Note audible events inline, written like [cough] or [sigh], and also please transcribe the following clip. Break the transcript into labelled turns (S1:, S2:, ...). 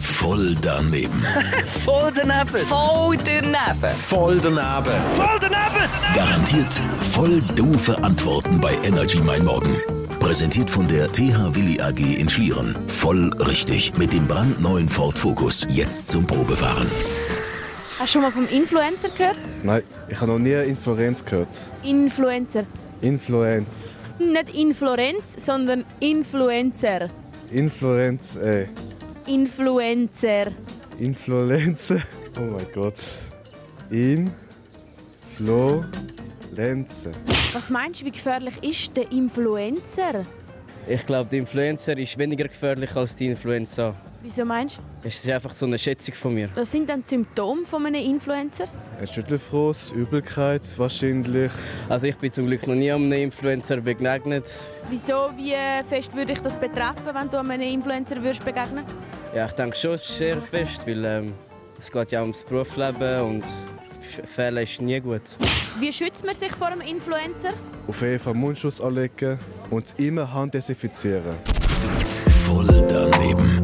S1: Voll daneben.
S2: Voll daneben.
S3: Voll daneben.
S1: Voll daneben. Garantiert voll doofe Antworten bei Energy Mein Morgen. Präsentiert von der TH Willi AG in Schlieren. Voll richtig. Mit dem brandneuen Ford Focus. Jetzt zum Probefahren.
S4: Hast du schon mal vom Influencer gehört?
S5: Nein, ich habe noch nie Influenz gehört.
S4: Influencer.
S5: Influenz.
S4: Nicht Influenz, sondern Influencer.
S5: Influenz, ey.
S4: Influencer.
S5: Influenz. [laughs] Oh mein Gott. Influenze.
S4: Was meinst du, wie gefährlich ist der Influencer?
S6: Ich glaube, die Influencer ist weniger gefährlich als die Influenza.
S4: Wieso meinst du?
S6: Es ist einfach so eine Schätzung von mir.
S4: Was sind dann die Symptome von einem Influencer?
S5: Ein Schüttelfrost, Übelkeit wahrscheinlich.
S6: Also ich bin zum Glück noch nie einem Influencer begegnet.
S4: Wieso, wie äh, fest würde ich das betreffen, wenn du einem Influencer würdest begegnen?
S6: Ja, ich denke schon sehr fest, weil ähm, es geht ja ums Berufsleben und F- Fehlen ist nie gut.
S4: Wie schützt man sich vor einem Influencer?
S5: Auf jeden Fall Mundschutz anlegen und immer Hand desinfizieren.
S1: Voll daneben.